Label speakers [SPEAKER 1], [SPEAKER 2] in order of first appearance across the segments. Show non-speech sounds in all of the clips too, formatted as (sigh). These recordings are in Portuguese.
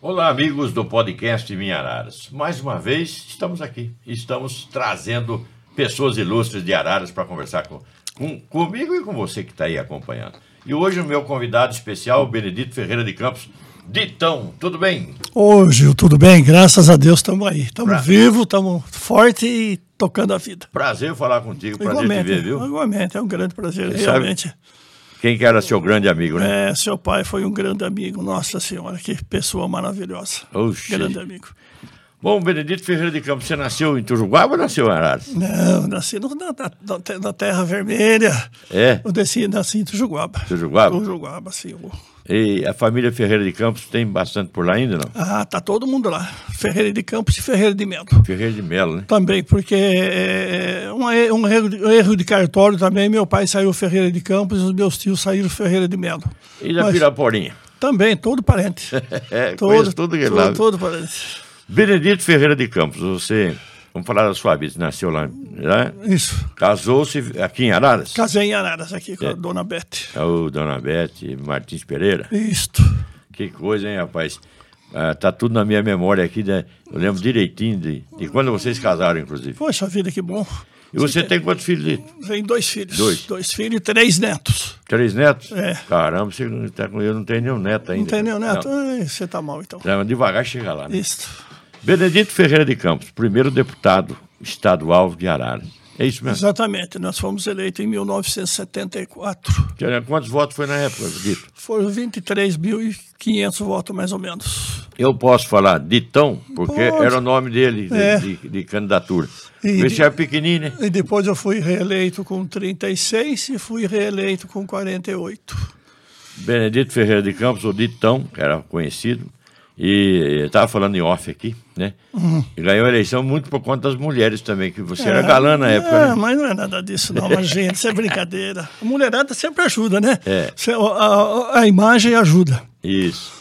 [SPEAKER 1] Olá, amigos do podcast Minha Araras. Mais uma vez, estamos aqui. Estamos trazendo pessoas ilustres de Araras para conversar com, com- comigo e com você que está aí acompanhando. E hoje o meu convidado especial, o Benedito Ferreira de Campos. Ditão, tudo bem?
[SPEAKER 2] Ô Gil, tudo bem? Graças a Deus estamos
[SPEAKER 1] Pra-
[SPEAKER 2] aí. Estamos vivos, estamos forte e tocando a vida.
[SPEAKER 1] Prazer falar contigo, prazer te ver, viu?
[SPEAKER 2] igualmente, é um grande prazer.
[SPEAKER 1] Você
[SPEAKER 2] Realmente,
[SPEAKER 1] Quem que era seu grande amigo, né?
[SPEAKER 2] é, seu pai foi um grande amigo, nossa senhora, que pessoa maravilhosa.
[SPEAKER 1] Oxi.
[SPEAKER 2] Grande amigo.
[SPEAKER 1] Bom, Benedito Ferreira de Campos, você nasceu em Turuguaba ou nasceu em Araras?
[SPEAKER 2] Não, nasci no- na, na- na- na Terra Vermelha.
[SPEAKER 1] É.
[SPEAKER 2] Eu desci, nasci em Tujuguaba.
[SPEAKER 1] Tujuguaba?
[SPEAKER 2] Tujuguaba, sim. o-
[SPEAKER 1] E a família Ferreira de Campos tem bastante por lá ainda, não?
[SPEAKER 2] Ah, tá todo mundo lá. Ferreira de Campos e Ferreira de Melo.
[SPEAKER 1] Ferreira de Melo, né?
[SPEAKER 2] Também, porque é, um, e- um erro, de- um erro de cartório também, meu pai saiu Ferreira de Campos e os meus tios saíram Ferreira de Melo.
[SPEAKER 1] E da
[SPEAKER 2] Mas
[SPEAKER 1] Piraporinha.
[SPEAKER 2] Também, todo parente.
[SPEAKER 1] É, (laughs) conheço tudo que lá.
[SPEAKER 2] todo, todo parente.
[SPEAKER 1] Benedito Ferreira de Campos, você, vamos falar da sua vida, você nasceu lá, né?
[SPEAKER 2] Isso.
[SPEAKER 1] Casou-se aqui em Araras?
[SPEAKER 2] Casei em Araras aqui
[SPEAKER 1] É.
[SPEAKER 2] com a dona Bete.
[SPEAKER 1] Ô, dona Bete Martins Pereira.
[SPEAKER 2] Isto.
[SPEAKER 1] Que coisa, hein, rapaz? Ah, tá tudo na minha memória aqui, né? Eu lembro direitinho de, de quando vocês casaram, inclusive.
[SPEAKER 2] Poxa vida, que bom.
[SPEAKER 1] E você tem quantos filhos? Lito?
[SPEAKER 2] Tem dois filhos.
[SPEAKER 1] Dois.
[SPEAKER 2] filhos e três netos.
[SPEAKER 1] Três netos?
[SPEAKER 2] É.
[SPEAKER 1] Caramba, você não tá com- eu não tenho nenhum neto ainda.
[SPEAKER 2] Não tem nenhum neto?
[SPEAKER 1] Não.
[SPEAKER 2] Ai, Você tá mal, então.
[SPEAKER 1] Não, devagar chega lá. né?
[SPEAKER 2] Isto.
[SPEAKER 1] Benedito Ferreira de Campos, primeiro deputado estadual de Araras. É isso mesmo?
[SPEAKER 2] Exatamente. Nós fomos eleitos em 1974.
[SPEAKER 1] Quantos votos foi na época, Dito?
[SPEAKER 2] Foram 23.500 votos, mais ou menos.
[SPEAKER 1] Eu posso falar Ditão, porque
[SPEAKER 2] Pode.
[SPEAKER 1] era o nome dele de,
[SPEAKER 2] É.
[SPEAKER 1] de- de candidatura.
[SPEAKER 2] E
[SPEAKER 1] Esse
[SPEAKER 2] de-
[SPEAKER 1] era pequenininho, né?
[SPEAKER 2] E depois eu fui reeleito com 36 e fui reeleito com 48.
[SPEAKER 1] Benedito Ferreira de Campos, o Ditão, que era conhecido, e estava falando em off aqui, né? E ganhou a eleição muito por conta das mulheres também, que você era galã na época,
[SPEAKER 2] Uhum. É,
[SPEAKER 1] né?
[SPEAKER 2] mas não é nada disso, não, imagina. Isso é
[SPEAKER 1] (laughs)
[SPEAKER 2] brincadeira. A mulherada sempre ajuda, né?
[SPEAKER 1] É.
[SPEAKER 2] Cê- a- a, a imagem ajuda.
[SPEAKER 1] Isso.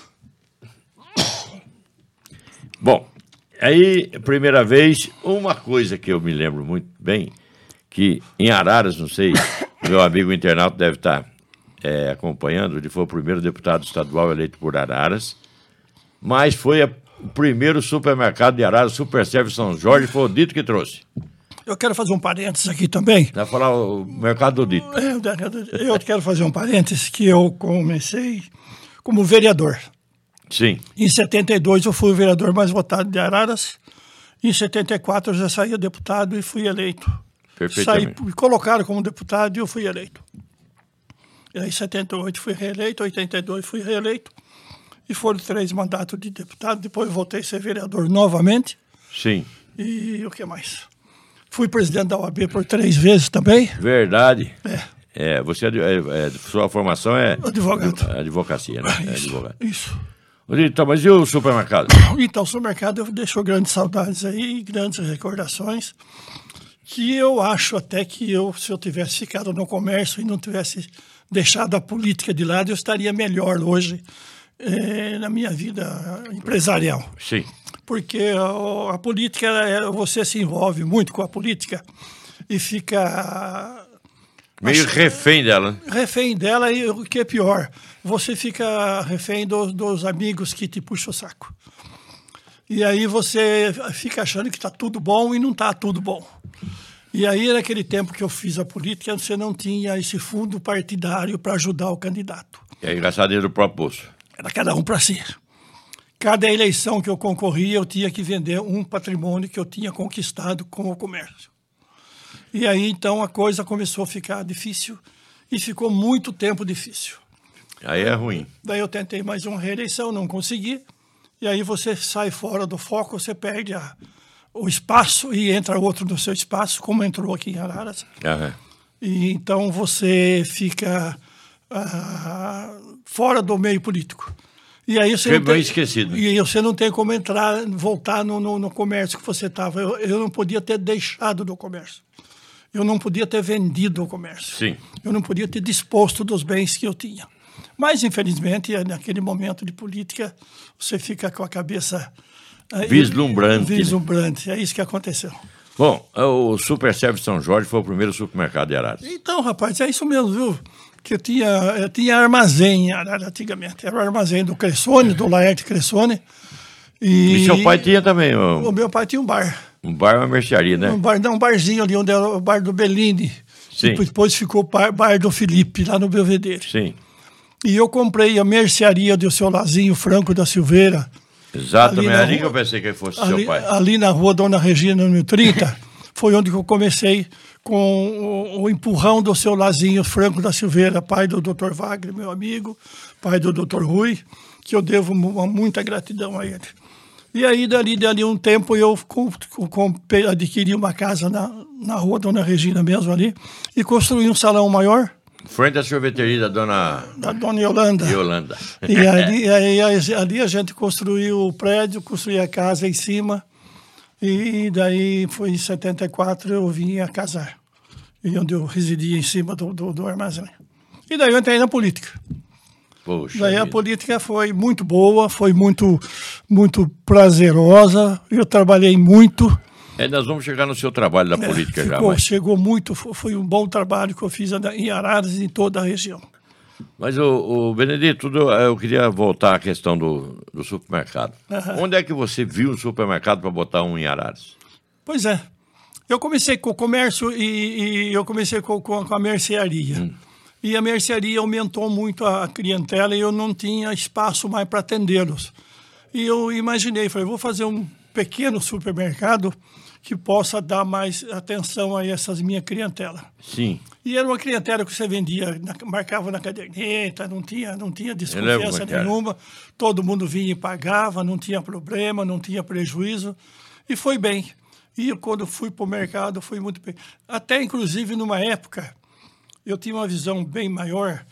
[SPEAKER 1] Bom, aí, primeira vez, uma coisa que eu me lembro muito bem, que em Araras, não sei, meu amigo internauta deve estar eh, acompanhando, ele foi o primeiro deputado estadual eleito por Araras, mas foi a- o primeiro supermercado de Araras, Super Service São Jorge, foi o Dito que trouxe.
[SPEAKER 2] Eu quero fazer um parênteses aqui também.
[SPEAKER 1] Vai falar o mercado do Dito.
[SPEAKER 2] É, Eu quero fazer um parênteses que eu comecei como vereador.
[SPEAKER 1] Sim,
[SPEAKER 2] Em 72 eu fui o vereador mais votado de Araras. Em 74 eu já saía deputado e fui eleito. Saí,
[SPEAKER 1] perfeitamente.
[SPEAKER 2] me colocaram como deputado e eu fui eleito. E aí, em 78 fui reeleito, em 82 fui reeleito. E foram três mandatos de deputado. Depois eu voltei a ser vereador novamente.
[SPEAKER 1] Sim,
[SPEAKER 2] E o que mais? Fui presidente da OAB por três vezes também.
[SPEAKER 1] verdade.
[SPEAKER 2] É,
[SPEAKER 1] É, você é, de- é, é, sua formação é
[SPEAKER 2] Advogado.
[SPEAKER 1] é advocacia, né? É
[SPEAKER 2] isso,
[SPEAKER 1] advogado.
[SPEAKER 2] isso.
[SPEAKER 1] Ô, Dito, mas e o supermercado?
[SPEAKER 2] (coughs) Então, o supermercado deixou grandes saudades aí, grandes recordações, que eu acho até que eu, se eu tivesse ficado no comércio e não tivesse deixado a política de lado, eu estaria melhor hoje eh, na minha vida empresarial.
[SPEAKER 1] Sim,
[SPEAKER 2] Porque ó, a política, ela é- você se envolve muito com a política e fica
[SPEAKER 1] meio refém dela. né?
[SPEAKER 2] refém dela e o que é pior, você fica refém dos, dos amigos que te puxam o saco. E aí você fica achando que está tudo bom e não está tudo bom. E aí, naquele tempo que eu fiz a política, você não tinha esse fundo partidário para ajudar o candidato.
[SPEAKER 1] É engraçado do próprio bolso.
[SPEAKER 2] Era cada um para si. Cada eleição que eu concorria, eu tinha que vender um patrimônio que eu tinha conquistado com o comércio. E aí, então, a coisa começou a ficar difícil e ficou muito tempo difícil.
[SPEAKER 1] Aí é ruim.
[SPEAKER 2] Daí eu tentei mais uma reeleição, não consegui. E aí você sai fora do foco, você perde a- o espaço e entra outro no seu espaço, como entrou aqui em Araras.
[SPEAKER 1] Aham.
[SPEAKER 2] E então você fica ah, fora do meio político. E aí você
[SPEAKER 1] Fiquei
[SPEAKER 2] não tem-
[SPEAKER 1] bem esquecido.
[SPEAKER 2] E aí você não tem como entrar, voltar no, no, no comércio que você estava. Eu, eu não podia ter deixado do comércio. Eu não podia ter vendido o comércio.
[SPEAKER 1] Sim.
[SPEAKER 2] Eu não podia ter disposto dos bens que eu tinha. Mas, infelizmente, é naquele momento de política, você fica com a cabeça... ah,
[SPEAKER 1] Vislumbrante, né?
[SPEAKER 2] Vislumbrante. É isso que aconteceu.
[SPEAKER 1] Bom, é o Super Service São Jorge foi o primeiro supermercado de Araras.
[SPEAKER 2] Então, rapaz, é isso mesmo, viu? Que tinha, eh, tinha armazém em Arara antigamente. Era o armazém do Cressone, do Laerte Cressone.
[SPEAKER 1] E, seu pai tinha também um,
[SPEAKER 2] O meu pai tinha um bar.
[SPEAKER 1] um bar, uma mercearia, né?
[SPEAKER 2] Um, bar, não, um barzinho ali, onde era o bar do Bellini.
[SPEAKER 1] Sim.
[SPEAKER 2] Depois ficou o bar, bar do Felipe, lá no Belvedere.
[SPEAKER 1] Sim,
[SPEAKER 2] E eu comprei a mercearia do seu Lazinho Franco da Silveira,
[SPEAKER 1] exatamente.
[SPEAKER 2] Ali na
[SPEAKER 1] Ali que
[SPEAKER 2] rua-
[SPEAKER 1] eu pensei que fosse
[SPEAKER 2] ali,
[SPEAKER 1] seu pai.
[SPEAKER 2] ali na rua Dona Regina, número
[SPEAKER 1] (laughs)
[SPEAKER 2] 30. foi onde que eu comecei com o, o empurrão do seu Lazinho Franco da Silveira, pai do Dr. Wagner, meu amigo, pai do Dr. Rui, que eu devo mu- uma- muita gratidão a ele. E aí, dali, dali um tempo, eu com- com- comprei- adquiri uma casa na, na rua Dona Regina mesmo ali e construí um salão maior
[SPEAKER 1] Frente à sorveteria da dona
[SPEAKER 2] da Dona Yolanda. (laughs)
[SPEAKER 1] Yolanda.
[SPEAKER 2] E ali, aí, aí- ali a gente construiu o prédio, construiu a casa em cima. E daí foi em 74 eu vim a casar. E onde eu residia em cima do, do, do armazém. E daí eu entrei na política.
[SPEAKER 1] Poxa.
[SPEAKER 2] Daí a
[SPEAKER 1] vida.
[SPEAKER 2] política foi muito boa, foi muito, muito prazerosa. Eu trabalhei muito.
[SPEAKER 1] É, nós vamos chegar no seu trabalho da política já,
[SPEAKER 2] É, Ficou-
[SPEAKER 1] mas,
[SPEAKER 2] chegou muito, fo- foi um bom trabalho que eu fiz em Araras e em toda a região.
[SPEAKER 1] mas o, o Benedito, eu, eu queria voltar à questão do, do supermercado. Onde é que você viu um supermercado para botar um em Araras?
[SPEAKER 2] Pois é. Eu comecei com o comércio e, e eu comecei com, com, com a mercearia. E a mercearia aumentou muito a clientela e eu não tinha espaço mais para atendê-los. E eu imaginei, falei, vou fazer um pequeno supermercado que possa dar mais atenção a essas minha clientela.
[SPEAKER 1] Sim.
[SPEAKER 2] E era uma clientela que você vendia, na- marcava na caderneta, não tinha, não tinha
[SPEAKER 1] lembro
[SPEAKER 2] desconfiança
[SPEAKER 1] como é que era.
[SPEAKER 2] nenhuma. Todo mundo vinha e pagava, não tinha problema, não tinha prejuízo. E foi bem. E quando fui para o mercado, foi muito bem. Até, inclusive, numa época, eu tinha uma visão bem maior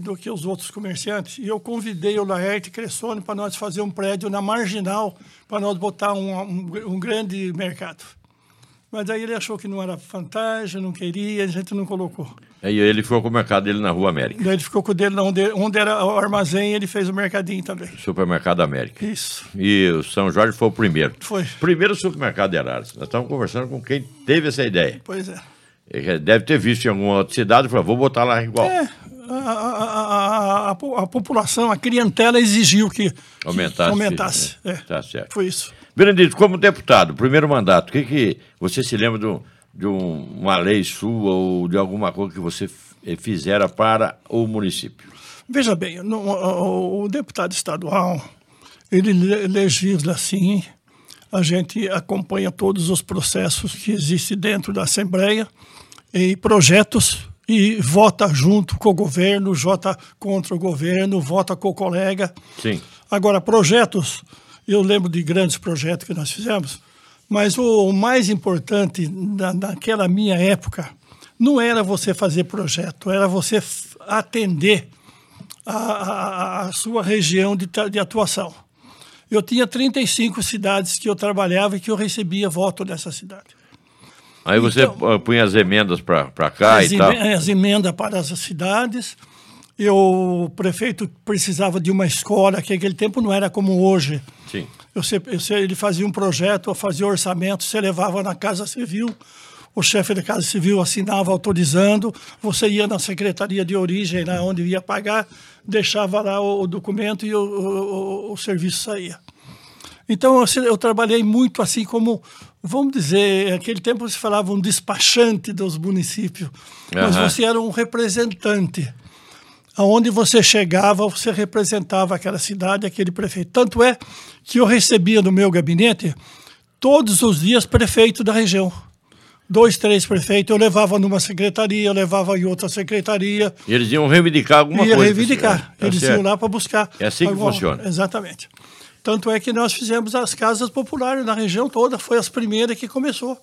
[SPEAKER 2] do que os outros comerciantes. E eu convidei o Laerte Cressone para nós fazer um prédio na Marginal, para nós botar um- um, um grande mercado. Mas aí ele achou que não era vantagem, não queria, a gente não colocou.
[SPEAKER 1] Aí É, ele foi com o mercado dele na Rua América.
[SPEAKER 2] Daí ele ficou com o dele lá onde, onde era o armazém, ele fez o mercadinho também.
[SPEAKER 1] Supermercado América.
[SPEAKER 2] Isso,
[SPEAKER 1] E o São Jorge foi o primeiro.
[SPEAKER 2] foi.
[SPEAKER 1] Primeiro supermercado de Araras. Nós estávamos conversando com quem teve essa ideia.
[SPEAKER 2] Pois é.
[SPEAKER 1] Ele Deve ter visto em alguma outra cidade e falou, vou botar lá igual.
[SPEAKER 2] É, a, a- a- a- a po- a população, a clientela exigiu que que
[SPEAKER 1] Aumentasse.
[SPEAKER 2] aumentasse.
[SPEAKER 1] É,
[SPEAKER 2] É.
[SPEAKER 1] Tá certo.
[SPEAKER 2] Foi isso.
[SPEAKER 1] Benedito, como deputado, primeiro mandato, o que, que você se lembra de, um- de um- uma lei sua ou de alguma coisa que você f- eh, fizera para o município?
[SPEAKER 2] Veja bem, no- o, o- o deputado estadual, ele le- legisla assim, a gente acompanha todos os processos que existem dentro da Assembleia e projetos e vota junto com o governo, vota contra o governo, vota com o colega.
[SPEAKER 1] Sim.
[SPEAKER 2] Agora, projetos, eu lembro de grandes projetos que nós fizemos, mas o, o mais importante na, naquela minha época não era você fazer projeto, era você f- atender a, a- a- a sua região de, ta- de atuação. Eu tinha 35 cidades que eu trabalhava e que eu recebia voto dessa cidade.
[SPEAKER 1] Aí você eh, punha as emendas para cá
[SPEAKER 2] Então-
[SPEAKER 1] Ah,
[SPEAKER 2] as, é.
[SPEAKER 1] e tal.
[SPEAKER 2] emen- as emendas para as cidades. Eu, o prefeito precisava de uma escola, que naquele tempo não era como hoje.
[SPEAKER 1] Sim.
[SPEAKER 2] Eu sei- eu sei, ele fazia um projeto, eu fazia orçamento, você levava na Casa Civil, o chefe da Casa Civil assinava autorizando, você ia na Secretaria de Origem, lá onde ia pagar, deixava lá o, o documento e o, o- o- o serviço saía. Então, assim, eu, trabalhei muito assim como, vamos dizer, naquele tempo se falava um despachante dos municípios, mas
[SPEAKER 1] Aham.
[SPEAKER 2] você era um representante aonde você chegava, você representava aquela cidade, aquele prefeito. Tanto é que eu recebia no meu gabinete todos os dias prefeito da região. Dois, três prefeitos, eu levava numa secretaria, eu levava em outra secretaria,
[SPEAKER 1] E eles iam reivindicar alguma
[SPEAKER 2] ia
[SPEAKER 1] coisa.
[SPEAKER 2] reivindicar.
[SPEAKER 1] Tá
[SPEAKER 2] Eles
[SPEAKER 1] certo.
[SPEAKER 2] iam lá para buscar.
[SPEAKER 1] É assim que
[SPEAKER 2] alguma-
[SPEAKER 1] funciona.
[SPEAKER 2] Exatamente. Tanto é que nós fizemos as casas populares na região toda, foi as primeiras que começou.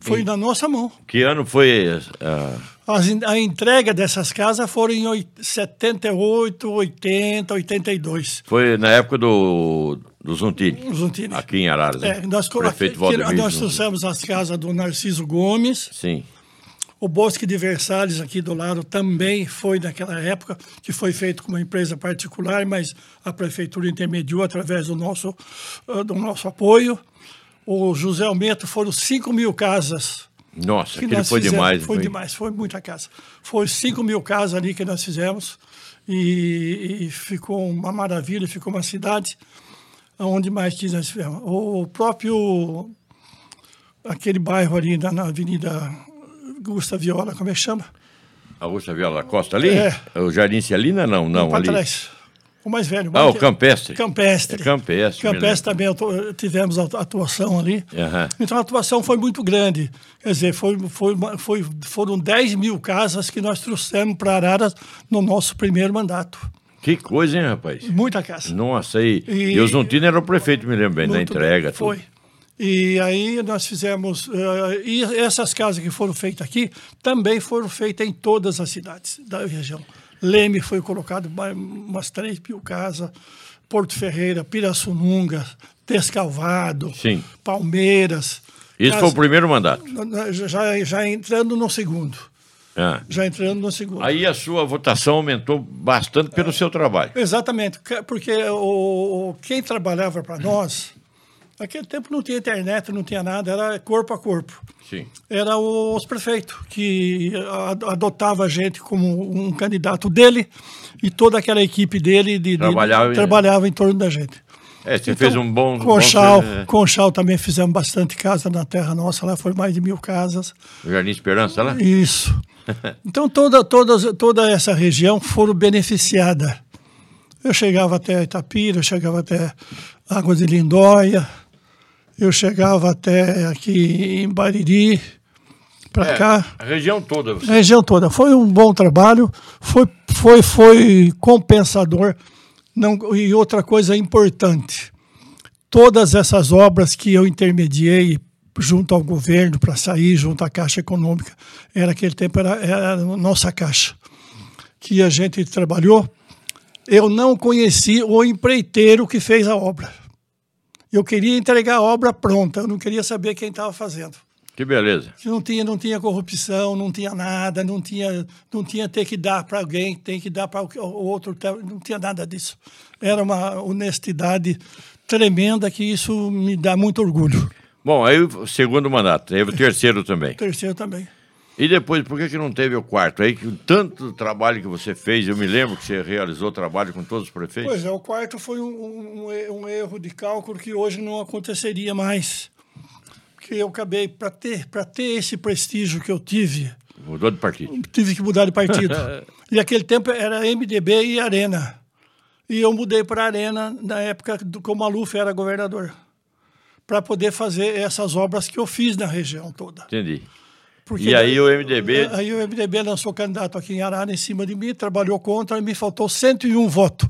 [SPEAKER 2] Foi na nossa mão.
[SPEAKER 1] Que ano foi ah,
[SPEAKER 2] As en- a entrega dessas casas foram em oit- 78, 80, 82.
[SPEAKER 1] Foi na época do, do Zuntini.
[SPEAKER 2] Zuntini.
[SPEAKER 1] Aqui em Araras.
[SPEAKER 2] É,
[SPEAKER 1] né?
[SPEAKER 2] nós, colo-
[SPEAKER 1] Prefeito
[SPEAKER 2] que-
[SPEAKER 1] Valdemir
[SPEAKER 2] nós
[SPEAKER 1] Zuntini.
[SPEAKER 2] trouxemos as casas do Narciso Gomes,
[SPEAKER 1] Sim.
[SPEAKER 2] o Bosque de Versalhes aqui do lado também foi naquela época, que foi feito com uma empresa particular, mas a prefeitura intermediou através do nosso, ah, do nosso apoio. O José Almeto foram 5 mil casas.
[SPEAKER 1] Nossa,
[SPEAKER 2] que
[SPEAKER 1] aquele
[SPEAKER 2] nós
[SPEAKER 1] foi
[SPEAKER 2] fizemos.
[SPEAKER 1] demais.
[SPEAKER 2] Foi, demais, foi muita casa. Foi 5 mil casas ali que nós fizemos e, e ficou uma maravilha, ficou uma cidade. Onde mais que nós tivemos? O próprio. aquele bairro ali na, na Avenida Gusta Viola, como é que chama?
[SPEAKER 1] Augusta Viola da Costa ali?
[SPEAKER 2] É.
[SPEAKER 1] O Jardim Celina, não, não.
[SPEAKER 2] Para
[SPEAKER 1] Ali.
[SPEAKER 2] trás. O mais velho.
[SPEAKER 1] Ah,
[SPEAKER 2] mais
[SPEAKER 1] o
[SPEAKER 2] velho.
[SPEAKER 1] Campestre.
[SPEAKER 2] Campestre.
[SPEAKER 1] É Campestre, me
[SPEAKER 2] Campestre também atu- tivemos atu- atuação ali.
[SPEAKER 1] Aham.
[SPEAKER 2] Então a atuação foi muito grande. Quer dizer, foi, foi, uma- foi, foram 10 mil casas que nós trouxemos para Araras no nosso primeiro mandato.
[SPEAKER 1] Que coisa, hein, rapaz?
[SPEAKER 2] Muita casa.
[SPEAKER 1] Nossa, e,
[SPEAKER 2] E-
[SPEAKER 1] e o Zuntino era o prefeito, me lembro bem, da
[SPEAKER 2] Muito
[SPEAKER 1] entrega.
[SPEAKER 2] bem, Foi.
[SPEAKER 1] Tudo.
[SPEAKER 2] E aí nós fizemos. eh, e essas casas que foram feitas aqui também foram feitas em todas as cidades da região. Leme foi colocado mais- umas três mil casas, Porto Ferreira, Pirassununga, Descalvado,
[SPEAKER 1] Sim.
[SPEAKER 2] Palmeiras.
[SPEAKER 1] Isso foi o
[SPEAKER 2] Casa-
[SPEAKER 1] primeiro mandato.
[SPEAKER 2] Já, já entrando no segundo.
[SPEAKER 1] Ah.
[SPEAKER 2] Já entrando no segundo.
[SPEAKER 1] Aí a sua votação aumentou bastante pelo seu trabalho.
[SPEAKER 2] Exatamente, ca- porque o, o- quem trabalhava para nós, naquele tempo não tinha internet, não tinha nada, era corpo a corpo.
[SPEAKER 1] Sim.
[SPEAKER 2] Era o- os prefeitos que a- adotava a gente como um candidato dele e toda aquela equipe dele de, de-
[SPEAKER 1] Trabalhava em-
[SPEAKER 2] trabalhava em torno da gente. Então,
[SPEAKER 1] É, você fez um bom... né?
[SPEAKER 2] Conchal,
[SPEAKER 1] bom-
[SPEAKER 2] Conchal também fizemos bastante casa na terra nossa, lá foi mais de mil casas.
[SPEAKER 1] é, Jardim Esperança lá? (laughs)
[SPEAKER 2] Isso. Então toda, todas, toda essa região foram beneficiada. Eu chegava até Itapira, eu chegava até Água de Lindóia, eu chegava até aqui em Bariri, para
[SPEAKER 1] É,
[SPEAKER 2] cá.
[SPEAKER 1] A região toda. você-
[SPEAKER 2] A região toda. Foi um bom trabalho, foi, foi, foi compensador. Não, e outra coisa importante: todas essas obras que eu intermediei junto ao governo para sair, junto à Caixa Econômica, era aquele tempo, era, era a nossa Caixa, que a gente trabalhou. Eu não conheci o empreiteiro que fez a obra. Eu queria entregar a obra pronta, eu não queria saber quem estava fazendo
[SPEAKER 1] Que beleza.
[SPEAKER 2] que não tinha, não tinha corrupção, não tinha nada, não tinha, não tinha ter que dar para alguém, tem que dar para o o outro, tá, não tinha nada disso. Era uma honestidade tremenda que isso me dá muito orgulho.
[SPEAKER 1] Bom, aí o segundo mandato, teve o terceiro também.
[SPEAKER 2] Terceiro também.
[SPEAKER 1] E depois, por que, que não teve o quarto? Aí, que tanto trabalho que você fez, eu me lembro que você realizou trabalho com todos os prefeitos.
[SPEAKER 2] Pois é, o quarto foi um- um, um e- um erro de cálculo que hoje não aconteceria mais. Porque eu acabei, para ter, pra ter esse prestígio que eu tive,
[SPEAKER 1] Mudou de partido.
[SPEAKER 2] tive que mudar
[SPEAKER 1] (laughs)
[SPEAKER 2] de partido. e aquele tempo era MDB e Arena. E eu mudei para Arena na época do, que o Maluf era governador. Para poder fazer essas obras que eu fiz na região toda.
[SPEAKER 1] Entendi.
[SPEAKER 2] Porque eh,
[SPEAKER 1] E aí o MDB.
[SPEAKER 2] Aí o MDB lançou candidato aqui em Arara em cima de mim, trabalhou contra e me faltou 101 votos.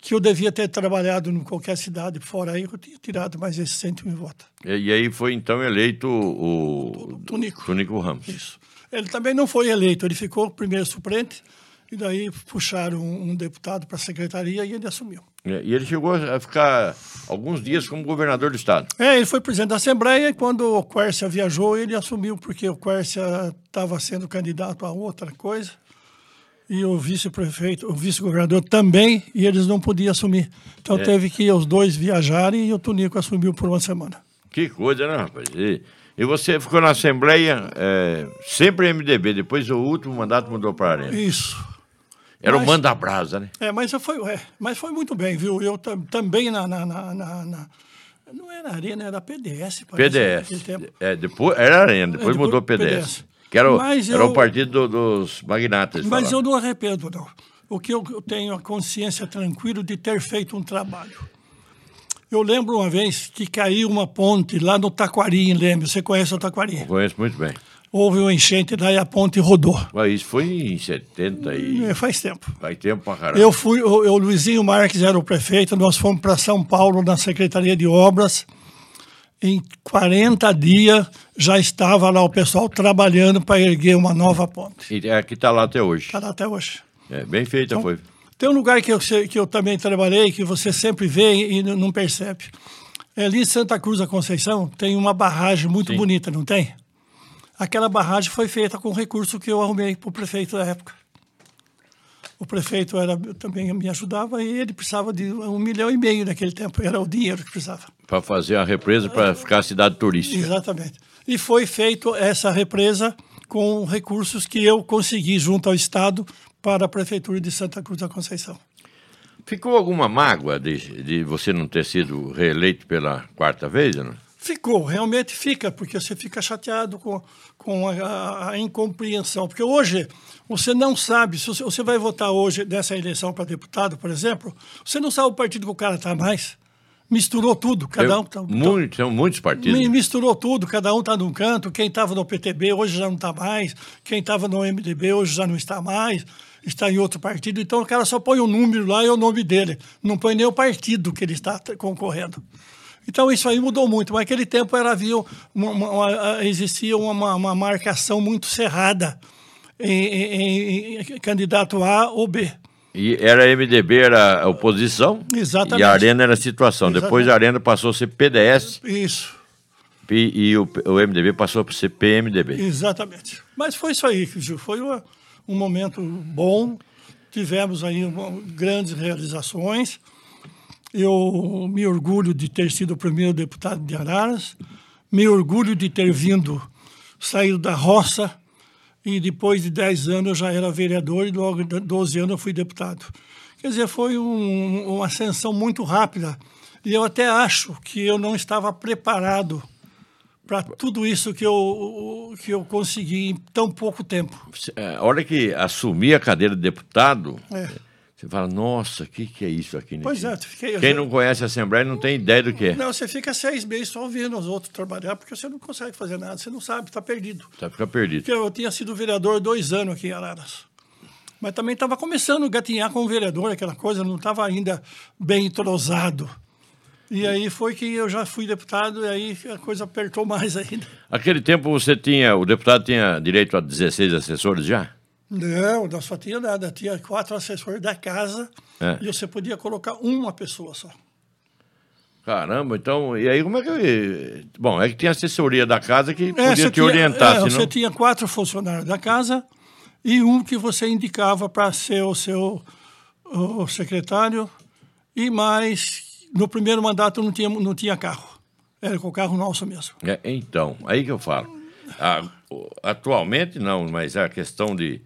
[SPEAKER 2] Que eu devia ter trabalhado em qualquer cidade fora aí, eu tinha tirado mais esses 101 votos.
[SPEAKER 1] E aí foi então eleito o.
[SPEAKER 2] Tunico.
[SPEAKER 1] Tunico Ramos.
[SPEAKER 2] Isso. Ele também não foi eleito, ele ficou primeiro suplente, e daí puxaram um um deputado para a secretaria e ele assumiu.
[SPEAKER 1] É, E ele chegou a ficar alguns dias como governador do estado.
[SPEAKER 2] É, ele foi presidente da Assembleia e quando o Quércia viajou, ele assumiu, porque o Quércia estava sendo candidato a outra coisa. E o vice-prefeito, o vice-governador também, e eles não podiam assumir. Então teve que os dois viajarem e o Tunico assumiu por uma semana.
[SPEAKER 1] Que coisa, né, rapaz? E, e você ficou na Assembleia, é, sempre MDB, depois o último mandato mudou para Arena.
[SPEAKER 2] Isso.
[SPEAKER 1] Era o
[SPEAKER 2] mas-
[SPEAKER 1] manda brasa, né?
[SPEAKER 2] É, mas eu foi, é, mas foi muito bem, viu? Eu tam- também na, na, na, na- na- Não era Arena, era PDS. parece, naquele
[SPEAKER 1] PDS.
[SPEAKER 2] tempo. É,
[SPEAKER 1] É, depois, era Arena, depois,
[SPEAKER 2] depois
[SPEAKER 1] mudou PDS.
[SPEAKER 2] PDS.
[SPEAKER 1] Que era, o-
[SPEAKER 2] Mas
[SPEAKER 1] era o
[SPEAKER 2] eu-
[SPEAKER 1] partido do- dos magnatas.
[SPEAKER 2] Mas
[SPEAKER 1] falaram.
[SPEAKER 2] eu não arrependo, não. O que eu eu tenho a consciência tranquila de ter feito um trabalho. Eu lembro uma vez que caiu uma ponte lá no Taquari, em Leme. Você conhece o Taquari?
[SPEAKER 1] Conheço muito bem.
[SPEAKER 2] Houve uma enchente, daí a ponte rodou.
[SPEAKER 1] Mas isso foi em 70 e...
[SPEAKER 2] É, Faz tempo.
[SPEAKER 1] Vai tempo pra caramba.
[SPEAKER 2] Eu fui, eu, eu, Luizinho Marques era o prefeito, nós fomos para São Paulo na Secretaria de Obras. Em 40 dias já estava lá o pessoal trabalhando para erguer uma nova ponte.
[SPEAKER 1] E é que tá lá até hoje.
[SPEAKER 2] Está lá até hoje.
[SPEAKER 1] É, bem feita foi.
[SPEAKER 2] Tem um lugar que eu, sei- que eu também trabalhei, que você sempre vê e n- não percebe. É ali em Santa Cruz da Conceição tem uma barragem muito bonita, não tem? Aquela barragem foi feita com recurso que eu arrumei para o prefeito da época. O prefeito era, também me ajudava e ele precisava de um milhão e meio naquele tempo. Era o dinheiro que precisava.
[SPEAKER 1] Pra fazer a represa pra ficar a cidade turística.
[SPEAKER 2] Exatamente. E foi feita essa represa com recursos que eu consegui junto ao Estado para a Prefeitura de Santa Cruz da Conceição.
[SPEAKER 1] Ficou alguma mágoa de, de você não ter sido reeleito pela quarta vez, não?
[SPEAKER 2] Ficou, realmente fica, porque você fica chateado com, com a, a incompreensão. Porque hoje você não sabe, se você, você vai votar hoje nessa eleição para deputado, por exemplo, você não sabe o partido que o cara está mais. Misturou tudo, cada
[SPEAKER 1] Eu-
[SPEAKER 2] um tá,
[SPEAKER 1] muitos, são muitos partidos.
[SPEAKER 2] Mi- Misturou tudo, cada um está num canto. Quem estava no PTB hoje já não está mais. Quem estava no MDB hoje já não está mais. Está em outro partido. Então o cara só põe o número lá e é o nome dele. Não põe nem o partido que ele está t- concorrendo. Então isso aí mudou muito. Mas naquele tempo era, havia uma- uma- uma- existia uma, uma marcação muito cerrada em, em- em candidato A ou B.
[SPEAKER 1] E era MDB, era oposição.
[SPEAKER 2] Exatamente.
[SPEAKER 1] E a Arena era situação. Depois
[SPEAKER 2] Exatamente.
[SPEAKER 1] a Arena passou a ser PDS
[SPEAKER 2] Isso.
[SPEAKER 1] e, e o, P- o MDB passou a ser PMDB.
[SPEAKER 2] Exatamente. Mas foi isso aí, Gil. Foi uma- um momento bom. Tivemos aí uma- grandes realizações. Eu me orgulho de ter sido o primeiro deputado de Araras. Me orgulho de ter vindo, saído da roça. E depois de 10 anos eu já era vereador e logo de 12 anos eu fui deputado. Quer dizer, foi um- uma ascensão muito rápida. E eu até acho que eu não estava preparado para tudo isso que eu, que eu consegui em tão pouco tempo.
[SPEAKER 1] Você- é, A hora que assumi a cadeira de deputado,
[SPEAKER 2] É.
[SPEAKER 1] você fala, nossa, o que, que é isso aqui? né?
[SPEAKER 2] Pois é, eu fiquei.
[SPEAKER 1] Quem não conhece a Assembleia não tem ideia do que é.
[SPEAKER 2] Não, você fica seis meses só ouvindo os outros trabalhar, porque você não consegue fazer nada, você não sabe, está perdido.
[SPEAKER 1] Tá ficar perdido.
[SPEAKER 2] Porque eu tinha sido vereador dois anos aqui em Araras. Mas também estava começando a gatinhar como vereador, aquela coisa, não estava ainda bem entrosado. E aí foi que eu já fui deputado, e aí a coisa apertou mais ainda.
[SPEAKER 1] Aquele tempo você tinha, o deputado tinha direito a 16 assessores já?
[SPEAKER 2] Não, nós só tinha nada. Tinha quatro assessores da casa
[SPEAKER 1] É.
[SPEAKER 2] e você podia colocar uma pessoa só.
[SPEAKER 1] Caramba, então, e aí como é que. Bom, é que tem assessoria da casa que podia
[SPEAKER 2] É, você
[SPEAKER 1] te
[SPEAKER 2] tinha-
[SPEAKER 1] orientar,
[SPEAKER 2] é,
[SPEAKER 1] senão.
[SPEAKER 2] Você tinha quatro funcionários da casa e um que você indicava para ser o seu o secretário e mais no primeiro mandato não tinha não tinha carro. Era com o carro nosso mesmo.
[SPEAKER 1] É, então, aí que eu falo. A- o- atualmente não, mas a questão de.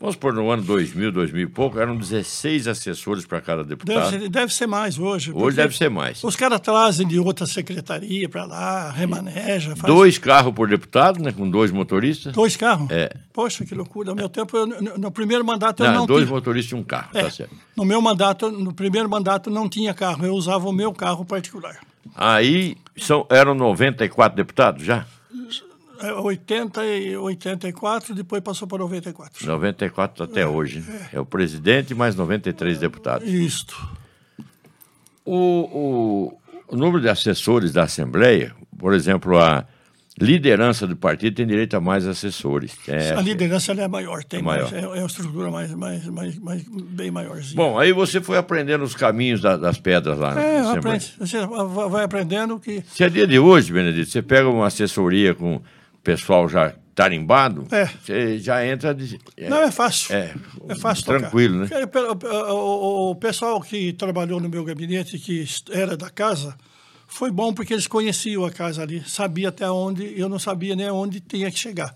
[SPEAKER 1] Vamos supor, no ano 2000, 2000 e pouco, eram 16 assessores para cada
[SPEAKER 2] Deve,
[SPEAKER 1] deputado.
[SPEAKER 2] ser, deve ser mais hoje.
[SPEAKER 1] Tá. Hoje deve ser mais.
[SPEAKER 2] Os caras trazem de outra secretaria para lá, remaneja, faz
[SPEAKER 1] Dois carros por deputado, né? Com dois motoristas.
[SPEAKER 2] dois carros.
[SPEAKER 1] É.
[SPEAKER 2] Poxa, que loucura. No meu tempo, eu- no, no primeiro mandato eu
[SPEAKER 1] Não,
[SPEAKER 2] não
[SPEAKER 1] dois
[SPEAKER 2] tive.
[SPEAKER 1] motoristas e um carro,
[SPEAKER 2] É.
[SPEAKER 1] tá certo.
[SPEAKER 2] No meu mandato, no primeiro mandato não tinha carro, eu usava o meu carro particular.
[SPEAKER 1] Aí são, eram 94 deputados já?
[SPEAKER 2] É, 80 e 84, depois passou para 94.
[SPEAKER 1] 94 até hoje. né? É o presidente e mais 93 deputados.
[SPEAKER 2] Isto.
[SPEAKER 1] O, o, o número de assessores da Assembleia, por exemplo, a liderança do partido tem direito a mais assessores. É,
[SPEAKER 2] a liderança ela é maior, tem
[SPEAKER 1] É
[SPEAKER 2] mais-
[SPEAKER 1] maior.
[SPEAKER 2] é é uma estrutura mais, mais, mais, mais- bem maiorzinha.
[SPEAKER 1] Bom, aí você foi aprendendo os caminhos da- das pedras lá na
[SPEAKER 2] é,
[SPEAKER 1] Assembleia.
[SPEAKER 2] aprende, você va- vai aprendendo que
[SPEAKER 1] Se é dia de hoje, Benedito, você pega uma assessoria com o pessoal já tarimbado,
[SPEAKER 2] É.
[SPEAKER 1] você já entra... De, é,
[SPEAKER 2] Não é fácil.
[SPEAKER 1] é,
[SPEAKER 2] É fácil
[SPEAKER 1] tranquilo,
[SPEAKER 2] tocar. né? O, o- o pessoal que trabalhou no meu gabinete, que est- era da casa, foi bom porque eles conheciam a casa ali, sabia até onde, eu não sabia nem onde tinha que chegar.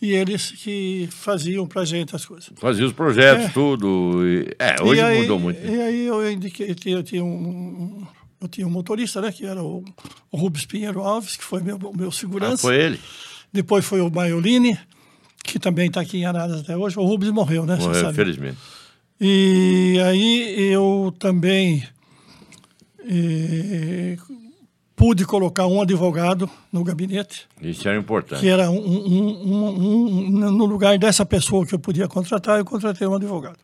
[SPEAKER 2] E eles que faziam pra gente as coisas.
[SPEAKER 1] Fazia os projetos,
[SPEAKER 2] É.
[SPEAKER 1] tudo. e- é, hoje
[SPEAKER 2] E aí-
[SPEAKER 1] mudou muito. né?
[SPEAKER 2] E aí eu indiquei, eu tinha- eu tinha um... Eu tinha um motorista, né, que era o o Rubens Pinheiro Alves, que foi meu, meu segurança.
[SPEAKER 1] Ah, foi ele.
[SPEAKER 2] Depois foi o Maiolini, que também está aqui em Araras até hoje. O Rubens morreu, né? você
[SPEAKER 1] Morreu,
[SPEAKER 2] sabe.
[SPEAKER 1] infelizmente.
[SPEAKER 2] E aí eu também eh, pude colocar um advogado no gabinete,
[SPEAKER 1] Isso era importante.
[SPEAKER 2] que era um, um- um- um- no lugar dessa pessoa que eu podia contratar, eu contratei um advogado.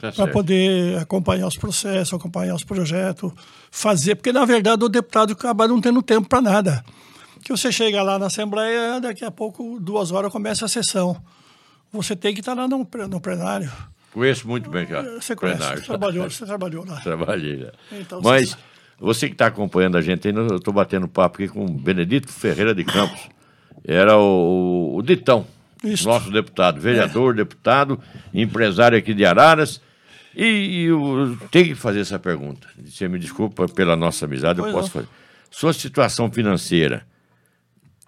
[SPEAKER 1] Tá
[SPEAKER 2] Para
[SPEAKER 1] certo.
[SPEAKER 2] poder acompanhar os processos, acompanhar os projetos, fazer. Porque, na verdade, o deputado acaba não tendo tempo para nada. Que você chega lá na Assembleia, daqui a pouco, duas horas, começa a sessão. Você tem que estar lá no, pre- no plenário.
[SPEAKER 1] Conheço muito bem aquela
[SPEAKER 2] É, Você conhece,
[SPEAKER 1] plenária.
[SPEAKER 2] você trabalhou, você trabalhou
[SPEAKER 1] (laughs)
[SPEAKER 2] lá.
[SPEAKER 1] Trabalhei. né?
[SPEAKER 2] Então,
[SPEAKER 1] Mas
[SPEAKER 2] você-
[SPEAKER 1] você que está acompanhando a gente, ainda eu estou batendo papo aqui com o Benedito Ferreira de Campos. Era o, o Ditão,
[SPEAKER 2] Isso. É.
[SPEAKER 1] nosso deputado, vereador, deputado, empresário aqui de Araras. E eu tenho que fazer essa pergunta. Você me desculpa pela nossa amizade,
[SPEAKER 2] Pois
[SPEAKER 1] eu posso
[SPEAKER 2] não.
[SPEAKER 1] fazer. Sua situação financeira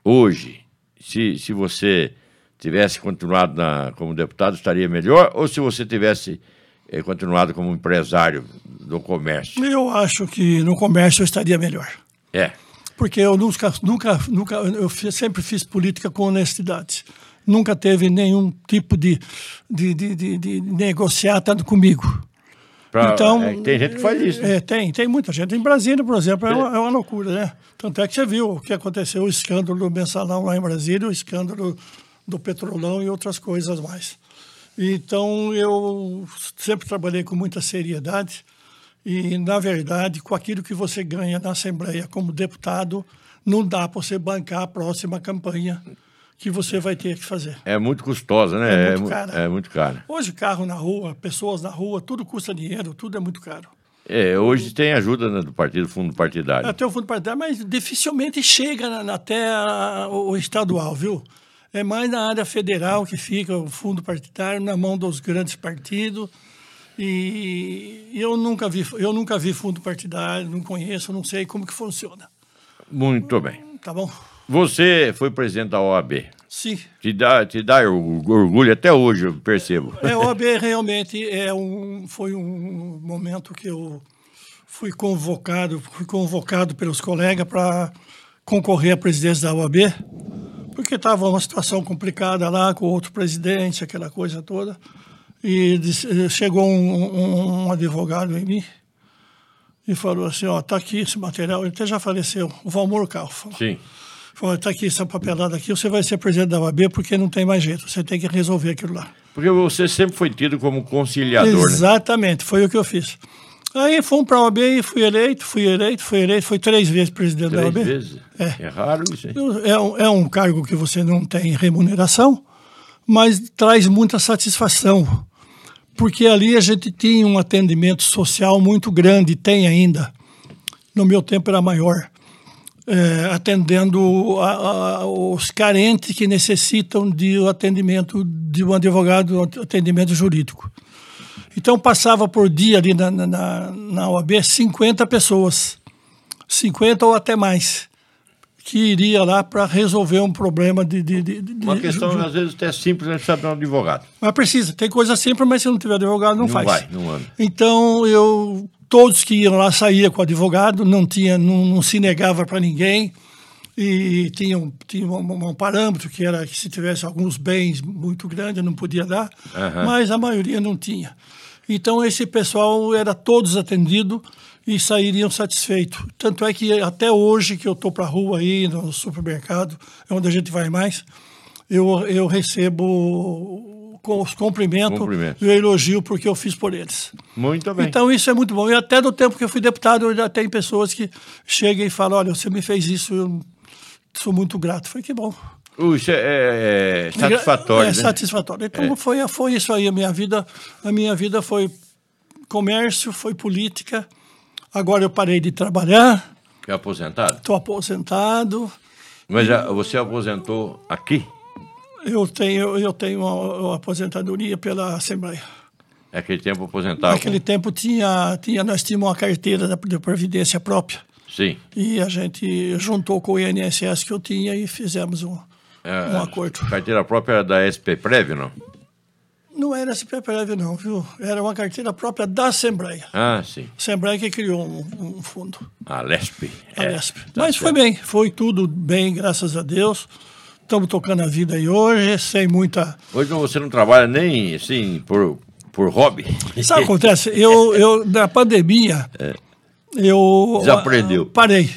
[SPEAKER 1] hoje, se, se você tivesse continuado na- como deputado, estaria melhor? Ou se você tivesse eh, continuado como empresário do comércio.
[SPEAKER 2] Eu acho que no comércio eu estaria melhor.
[SPEAKER 1] É.
[SPEAKER 2] Porque eu nunca, nunca, nunca eu fi- sempre fiz política com honestidade. Nunca teve nenhum tipo de, de, de, de, de negociar tanto comigo.
[SPEAKER 1] Pra-
[SPEAKER 2] então,
[SPEAKER 1] é, tem gente que faz isso. né?
[SPEAKER 2] É, tem, tem muita gente. Em Brasília, por exemplo, é uma, é uma loucura, né? Tanto é que você viu o que aconteceu, o escândalo do Mensalão lá em Brasília, o escândalo do Petrolão e outras coisas mais. Então, eu sempre trabalhei com muita seriedade e, na verdade, com aquilo que você ganha na Assembleia como deputado, não dá para você bancar a próxima campanha que você vai ter que fazer.
[SPEAKER 1] É muito custosa, né?
[SPEAKER 2] É muito
[SPEAKER 1] mu-
[SPEAKER 2] cara.
[SPEAKER 1] é muito cara.
[SPEAKER 2] Hoje, carro na rua, pessoas na rua, tudo custa dinheiro, tudo é muito caro.
[SPEAKER 1] É, hoje tem ajuda né, do partido, fundo partidário.
[SPEAKER 2] Até o fundo partidário, mas dificilmente chega na- na- até a- o o estadual, viu? É mais na área federal que fica o fundo partidário na mão dos grandes partidos. E eu nunca vi, eu nunca vi fundo partidário, não conheço, não sei como que funciona.
[SPEAKER 1] Muito bem.
[SPEAKER 2] Tá bom?
[SPEAKER 1] Você foi presidente da OAB.
[SPEAKER 2] Sim.
[SPEAKER 1] Te dá, te dá orgu- orgulho até hoje, eu percebo.
[SPEAKER 2] É, OAB realmente é um, foi um momento que eu fui convocado, fui convocado pelos colegas para concorrer à presidência da OAB, porque estava uma situação complicada lá com outro presidente, aquela coisa toda. E disse- eh, chegou um, um- um advogado em mim e falou assim, ó, tá aqui esse material, ele até já faleceu, o Valmor Calfa.
[SPEAKER 1] Sim.
[SPEAKER 2] Falou, tá aqui essa papelada aqui, você vai ser presidente da OAB porque não tem mais jeito, você tem que resolver aquilo lá.
[SPEAKER 1] Porque você sempre foi tido como conciliador, né?
[SPEAKER 2] Exatamente, foi o que eu fiz. Aí fomos para a OAB e fui eleito, fui eleito, fui eleito, fui três vezes presidente da
[SPEAKER 1] Três
[SPEAKER 2] OAB.
[SPEAKER 1] vezes. É. raro isso, hein?
[SPEAKER 2] É um, é um cargo que você não tem remuneração, mas traz muita satisfação, porque ali a gente tinha um atendimento social muito grande, tem ainda. No meu tempo era maior, é, atendendo a- a- os carentes que necessitam de um atendimento de um advogado, um atendimento jurídico. Então passava por dia ali na, na- na, na OAB 50 pessoas, 50 ou até mais, que iria lá para resolver um problema de. de, de, de-
[SPEAKER 1] Uma
[SPEAKER 2] de-
[SPEAKER 1] questão,
[SPEAKER 2] ju-
[SPEAKER 1] às vezes, até simples, né? Precisa de um advogado.
[SPEAKER 2] mas precisa, tem coisa simples, mas se não tiver advogado, não,
[SPEAKER 1] Não
[SPEAKER 2] faz.
[SPEAKER 1] vai, não anda.
[SPEAKER 2] Então, eu, todos que iam lá saía com advogado, não tinha, não, não se negava para ninguém. E tinha, um, tinha um, um- um parâmetro que era que se tivesse alguns bens muito grandes não podia dar,
[SPEAKER 1] Aham.
[SPEAKER 2] mas a maioria não tinha. Então esse pessoal era todos atendido e sairiam satisfeitos. Tanto é que até hoje que eu estou para a rua aí no supermercado, é onde a gente vai mais, eu, eu recebo com os cumprimentos
[SPEAKER 1] Cumprimentos.
[SPEAKER 2] e o elogio porque eu fiz por eles.
[SPEAKER 1] Muito bem.
[SPEAKER 2] Então isso é muito bom. E até do tempo que eu fui deputado, ainda tem pessoas que chegam e falam, olha, você me fez isso, eu sou muito grato. Foi que bom.
[SPEAKER 1] Uh, isso é, é, é satisfatório,
[SPEAKER 2] É
[SPEAKER 1] né?
[SPEAKER 2] satisfatório. Então foi, foi isso aí. A minha, vida, a minha vida foi comércio, foi política. Agora eu parei de trabalhar,
[SPEAKER 1] É aposentado.
[SPEAKER 2] estou aposentado.
[SPEAKER 1] Mas ah, você aposentou aqui?
[SPEAKER 2] Eu tenho, eu tenho uma, uma aposentadoria pela Assembleia.
[SPEAKER 1] Naquele É tempo aposentava.
[SPEAKER 2] Naquele tempo tinha, tinha, nós tínhamos uma carteira da, de Previdência própria.
[SPEAKER 1] Sim.
[SPEAKER 2] E a gente juntou com o INSS que eu tinha e fizemos um,
[SPEAKER 1] É,
[SPEAKER 2] um acordo.
[SPEAKER 1] a Carteira própria era da SP Prev, não?
[SPEAKER 2] Não era SPPREV não, viu? Era uma carteira própria da Assembleia.
[SPEAKER 1] Ah, sim.
[SPEAKER 2] Assembleia que criou um, um fundo,
[SPEAKER 1] A LESP.
[SPEAKER 2] a Lesp.
[SPEAKER 1] tá
[SPEAKER 2] Mas foi
[SPEAKER 1] certo.
[SPEAKER 2] bem, foi tudo bem, graças a Deus. Estamos tocando a vida aí hoje, sem muita...
[SPEAKER 1] Hoje você não trabalha nem, assim, por, por hobby.
[SPEAKER 2] Sabe o que acontece? Eu, eu na pandemia, eu...
[SPEAKER 1] É. Desaprendeu.
[SPEAKER 2] ah, Parei.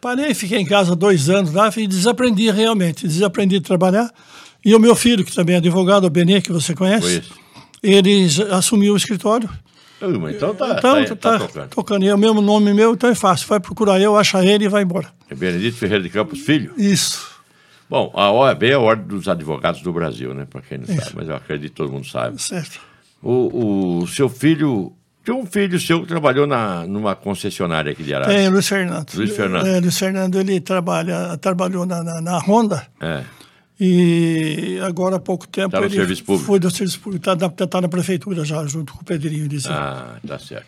[SPEAKER 2] Parei, fiquei em casa dois anos lá e desaprendi realmente. Desaprendi de trabalhar. E o meu filho, que também é advogado, o Benê, que você
[SPEAKER 1] Foi
[SPEAKER 2] conhece,
[SPEAKER 1] isso.
[SPEAKER 2] ele já assumiu o escritório.
[SPEAKER 1] Ah, mas Então tá,
[SPEAKER 2] Então,
[SPEAKER 1] tá,
[SPEAKER 2] tá,
[SPEAKER 1] tá tocando.
[SPEAKER 2] tocando. E é o mesmo nome meu, então é fácil. Vai procurar eu, acha ele e vai embora.
[SPEAKER 1] É Benedito Ferreira de Campos Filho.
[SPEAKER 2] Isso.
[SPEAKER 1] Bom, a OAB é a Ordem dos Advogados do Brasil, né? Para quem não
[SPEAKER 2] Isso.
[SPEAKER 1] sabe, mas eu acredito que todo mundo sabe.
[SPEAKER 2] Certo.
[SPEAKER 1] O, o seu filho. Tem um filho seu que trabalhou na, numa concessionária aqui de Arara.
[SPEAKER 2] Tem o É, Luiz Fernando.
[SPEAKER 1] Tá. Luiz Fernando.
[SPEAKER 2] É, Luiz Fernando, ele trabalha, trabalhou na, na, na Honda
[SPEAKER 1] É.
[SPEAKER 2] e agora há pouco tempo
[SPEAKER 1] Tá no
[SPEAKER 2] ele
[SPEAKER 1] serviço público.
[SPEAKER 2] foi do serviço público. Está tá na prefeitura já, junto com o Pedrinho. Ele
[SPEAKER 1] Ah, tá certo.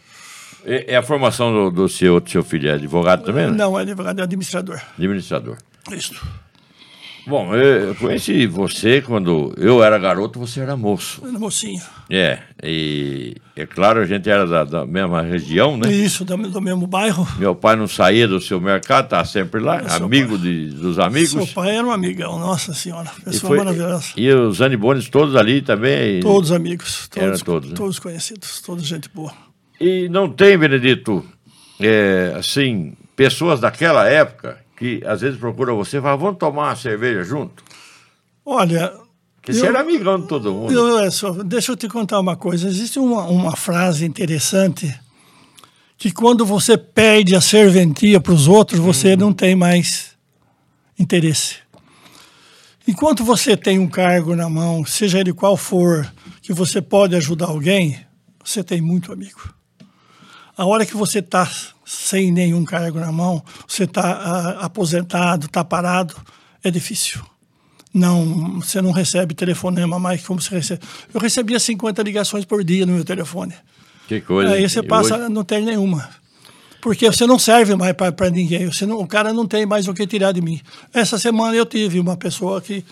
[SPEAKER 1] É, é a formação do, do seu, do seu filho é advogado também, né?
[SPEAKER 2] Não, é advogado, é administrador.
[SPEAKER 1] Administrador.
[SPEAKER 2] Isso.
[SPEAKER 1] Bom, eu eu conheci você quando eu era garoto, você era moço.
[SPEAKER 2] Era mocinho.
[SPEAKER 1] É, e é claro, a gente era da, da mesma região,
[SPEAKER 2] É
[SPEAKER 1] né?
[SPEAKER 2] isso, do, do mesmo bairro.
[SPEAKER 1] Meu pai não saía do seu mercado, tá sempre lá,
[SPEAKER 2] seu
[SPEAKER 1] amigo de- dos
[SPEAKER 2] Seu
[SPEAKER 1] amigos.
[SPEAKER 2] pai era um amigão, nossa senhora.
[SPEAKER 1] E,
[SPEAKER 2] Pessoa
[SPEAKER 1] foi-
[SPEAKER 2] maravilhosa.
[SPEAKER 1] e os anibones todos ali também. e-
[SPEAKER 2] Todos amigos. Todos,
[SPEAKER 1] Era todos, né?
[SPEAKER 2] todos conhecidos, todos gente boa.
[SPEAKER 1] E não tem, Benedito, é, assim, pessoas daquela época que às vezes procuram você e falam, vamos tomar uma cerveja junto?
[SPEAKER 2] Olha,
[SPEAKER 1] Porque você
[SPEAKER 2] Eu-
[SPEAKER 1] era amigão de todo mundo.
[SPEAKER 2] eu, é, só- deixa eu te contar uma coisa. Existe uma, uma frase interessante que quando você perde a serventia para os outros, você não tem mais interesse. Enquanto você tem um cargo na mão, seja ele qual for, que você pode ajudar alguém, você tem muito amigo. A hora que você está sem nenhum cargo na mão, você está aposentado, está parado, é difícil. Não, você não recebe telefonema mais como você recebe. Eu recebia 50 ligações por dia no meu telefone.
[SPEAKER 1] Que coisa. hein?
[SPEAKER 2] É, Aí você
[SPEAKER 1] E
[SPEAKER 2] passa,
[SPEAKER 1] hoje-
[SPEAKER 2] não tem nenhuma. Porque você não serve mais para ninguém. Você não, o cara não tem mais o que tirar de mim. Essa semana eu tive uma pessoa que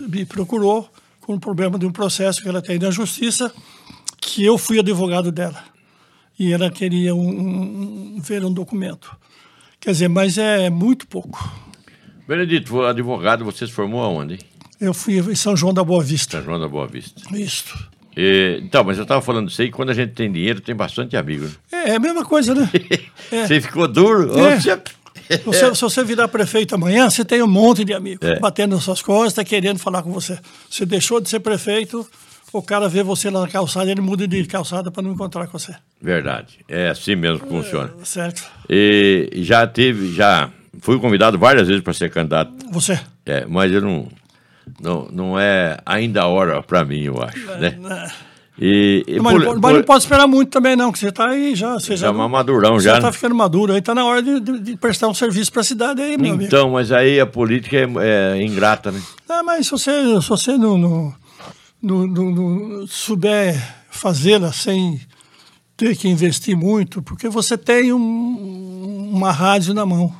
[SPEAKER 2] me procurou com um problema de um processo que ela tem na justiça, que eu fui advogado dela. E ela queria um- um- um- ver um documento. Quer dizer, mas é muito pouco.
[SPEAKER 1] Benedito, advogado, você se formou aonde? hein?
[SPEAKER 2] Eu fui em São João da Boa Vista.
[SPEAKER 1] São João da Boa Vista.
[SPEAKER 2] Isso.
[SPEAKER 1] E, então, mas eu estava falando isso aí, quando a gente tem dinheiro, tem bastante amigo. né?
[SPEAKER 2] É, é a mesma
[SPEAKER 1] (laughs)
[SPEAKER 2] coisa, né? É.
[SPEAKER 1] Você ficou duro?
[SPEAKER 2] É.
[SPEAKER 1] Ô, você-
[SPEAKER 2] Você- se você virar prefeito amanhã, você tem um monte de amigos
[SPEAKER 1] É.
[SPEAKER 2] batendo nas suas costas, tá querendo falar com você. Você deixou de ser prefeito, o cara vê você lá na calçada, ele muda de calçada para não encontrar com você.
[SPEAKER 1] (laughs) Verdade, é assim mesmo que funciona.
[SPEAKER 2] Certo?
[SPEAKER 1] E já tive, já fui convidado várias vezes para ser candidato
[SPEAKER 2] Você.
[SPEAKER 1] É, mas eu não, não, não é ainda a hora para mim, eu acho, né?
[SPEAKER 2] né?
[SPEAKER 1] E, e
[SPEAKER 2] Mas,
[SPEAKER 1] por-
[SPEAKER 2] não, pode- mas
[SPEAKER 1] por-
[SPEAKER 2] não pode esperar muito também, não, que você está aí já. Você
[SPEAKER 1] já é
[SPEAKER 2] já
[SPEAKER 1] uma madurão já.
[SPEAKER 2] está
[SPEAKER 1] né?
[SPEAKER 2] ficando maduro, aí está na hora de, de- de prestar um serviço para a cidade aí, meu amigo.
[SPEAKER 1] Então, mas aí a política é, é ingrata, né?
[SPEAKER 2] Ah, mas se você, se você não, não, não- não- não souber fazê-la sem ter que investir muito, porque você tem um- uma rádio na mão.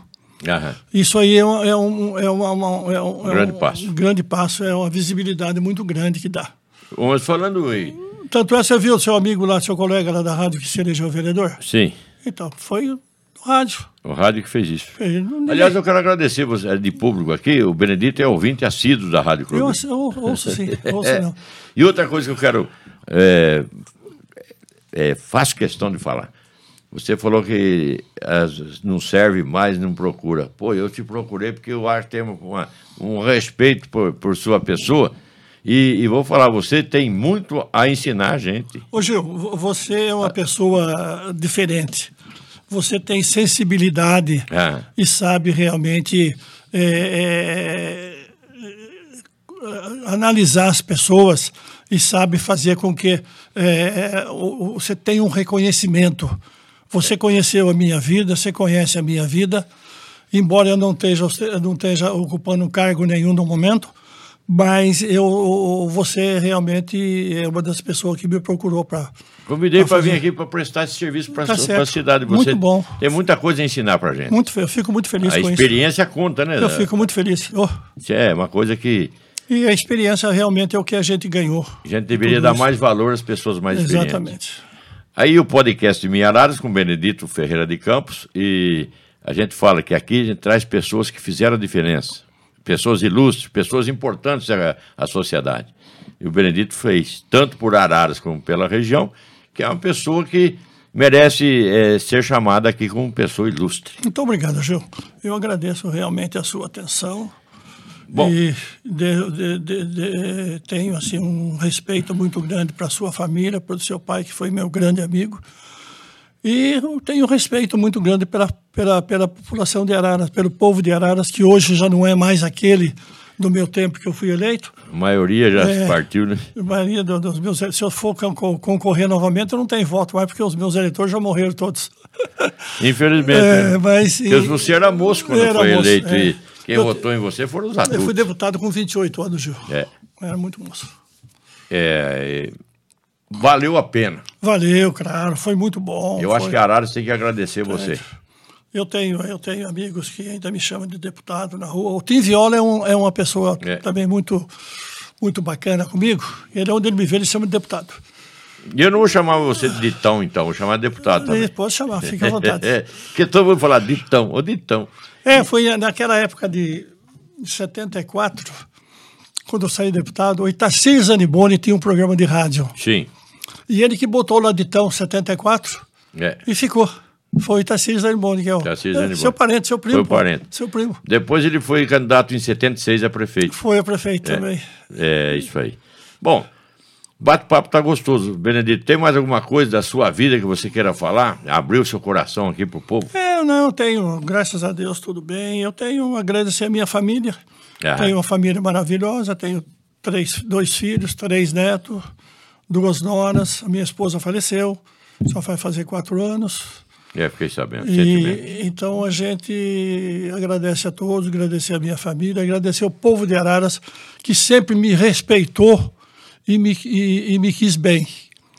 [SPEAKER 1] Aham.
[SPEAKER 2] Isso aí é um, é um, é uma- uma- é um- é um
[SPEAKER 1] grande passo.
[SPEAKER 2] um grande passo, é uma visibilidade muito grande que dá.
[SPEAKER 1] Bom, Mas falando em...
[SPEAKER 2] Tanto é, você viu o seu amigo lá, seu colega lá da rádio que se elegeu vereador?
[SPEAKER 1] Sim,
[SPEAKER 2] Então, foi no rádio.
[SPEAKER 1] o rádio que fez isso.
[SPEAKER 2] Ele não-
[SPEAKER 1] Aliás, eu quero agradecer você, é de público aqui, o Benedito é ouvinte assíduo da Rádio Clube.
[SPEAKER 2] eu, ouço- eu
[SPEAKER 1] (laughs)
[SPEAKER 2] ouço sim, ouço não.
[SPEAKER 1] E outra coisa que eu quero. É, é, faço questão de falar. Você falou que as- não serve mais, não procura. Pô, eu te procurei porque eu acho que temos uma- um respeito por, por sua pessoa. E, e vou falar, você tem muito a ensinar a gente.
[SPEAKER 2] Ô Gil, vo- você é uma pessoa diferente. Você tem sensibilidade
[SPEAKER 1] Ah.
[SPEAKER 2] e sabe realmente é, é, é, analisar as pessoas e sabe fazer com que é, o- o- você tenha um reconhecimento. Você conheceu a minha vida, você conhece a minha vida, embora eu não esteja, eu não esteja ocupando um cargo nenhum no momento, mas eu, você realmente é uma das pessoas que me procurou para.
[SPEAKER 1] Convidei
[SPEAKER 2] Pra
[SPEAKER 1] para
[SPEAKER 2] fazer.
[SPEAKER 1] vir aqui para prestar esse serviço para
[SPEAKER 2] Tá
[SPEAKER 1] a
[SPEAKER 2] certo.
[SPEAKER 1] cidade.
[SPEAKER 2] Muito
[SPEAKER 1] Você
[SPEAKER 2] bom.
[SPEAKER 1] tem muita coisa a ensinar para gente.
[SPEAKER 2] Muito, fe- eu fico muito feliz
[SPEAKER 1] a
[SPEAKER 2] com isso.
[SPEAKER 1] experiência conta, né?
[SPEAKER 2] Eu fico muito feliz. Oh,
[SPEAKER 1] Isso É uma coisa que
[SPEAKER 2] e a experiência realmente é o que a gente ganhou.
[SPEAKER 1] a gente deveria
[SPEAKER 2] Tudo
[SPEAKER 1] dar
[SPEAKER 2] isso.
[SPEAKER 1] mais valor às pessoas mais experientes.
[SPEAKER 2] Exatamente.
[SPEAKER 1] Aí o podcast de Araras com Benedito Ferreira de Campos e a gente fala que aqui a gente traz pessoas que fizeram a diferença, pessoas ilustres, pessoas importantes à, à sociedade. E o Benedito fez tanto por Araras como pela região, que é uma pessoa que merece eh, ser chamada aqui como pessoa ilustre.
[SPEAKER 2] Muito obrigado, Gil. Eu agradeço realmente a sua atenção.
[SPEAKER 1] Bom.
[SPEAKER 2] E de- de- de- de- tenho assim, um respeito muito grande para a sua família, para o seu pai, que foi meu grande amigo. E eu tenho um respeito muito grande pela, pela, pela população de Araras, pelo povo de Araras, que hoje já não é mais aquele do meu tempo que eu fui eleito.
[SPEAKER 1] A maioria já
[SPEAKER 2] É.
[SPEAKER 1] partiu, né?
[SPEAKER 2] A maioria do- dos meus, se eu for con- concorrer novamente, eu não tenho voto mais, porque os meus eleitores já morreram todos.
[SPEAKER 1] Infelizmente.
[SPEAKER 2] É,
[SPEAKER 1] né?
[SPEAKER 2] mas, e-
[SPEAKER 1] Porque você era moço quando
[SPEAKER 2] Era
[SPEAKER 1] foi
[SPEAKER 2] moço,
[SPEAKER 1] eleito
[SPEAKER 2] é.
[SPEAKER 1] e quem
[SPEAKER 2] Eu-
[SPEAKER 1] votou em você foram os
[SPEAKER 2] Eu
[SPEAKER 1] adultos.
[SPEAKER 2] fui deputado com 28 anos, Gil.
[SPEAKER 1] É.
[SPEAKER 2] Eu Era muito moço.
[SPEAKER 1] É, e- valeu a pena.
[SPEAKER 2] Valeu, claro, foi muito bom.
[SPEAKER 1] Eu acho
[SPEAKER 2] foi-
[SPEAKER 1] que Araras tem que agradecer você.
[SPEAKER 2] Eu tenho, eu tenho amigos que ainda me chamam de deputado na rua. O Tim Viola é, um, é uma pessoa
[SPEAKER 1] É.
[SPEAKER 2] também muito, muito bacana comigo. Ele, onde ele me vê, ele chama de deputado.
[SPEAKER 1] E eu não vou chamar você de Ditão, então, vou chamar de deputado
[SPEAKER 2] Ele
[SPEAKER 1] também.
[SPEAKER 2] pode chamar, fica
[SPEAKER 1] (laughs)
[SPEAKER 2] à vontade.
[SPEAKER 1] É, porque todo mundo fala Ditão, ô Ditão.
[SPEAKER 2] É, foi naquela época de 74, quando eu saí deputado, o Itacir Zaniboni tinha um programa de rádio.
[SPEAKER 1] Sim.
[SPEAKER 2] E ele que botou lá de tão 74
[SPEAKER 1] É.
[SPEAKER 2] e ficou. Foi o Itacir Zaniboni, que é o
[SPEAKER 1] Itacir
[SPEAKER 2] é,
[SPEAKER 1] Zaniboni.
[SPEAKER 2] seu parente, seu primo.
[SPEAKER 1] Foi o
[SPEAKER 2] pô.
[SPEAKER 1] parente.
[SPEAKER 2] Seu primo.
[SPEAKER 1] Depois ele foi candidato em 76 a prefeito.
[SPEAKER 2] Foi o prefeito
[SPEAKER 1] É.
[SPEAKER 2] também.
[SPEAKER 1] É, isso aí. Bom, bate-papo tá gostoso. Benedito, tem mais alguma coisa da sua vida que você queira falar? Abriu seu coração aqui pro povo?
[SPEAKER 2] É, Eu não tenho, graças a Deus, tudo bem. Eu tenho a agradecer a minha família.
[SPEAKER 1] Ah.
[SPEAKER 2] Tenho uma família maravilhosa, tenho três, dois filhos, três netos, duas noras. A minha esposa faleceu, só vai fazer quatro anos.
[SPEAKER 1] É, fiquei sabendo. recentemente.
[SPEAKER 2] E, então a gente agradece a todos, agradecer a minha família, agradecer ao povo de Araras, que sempre me respeitou e me, e- e me quis bem.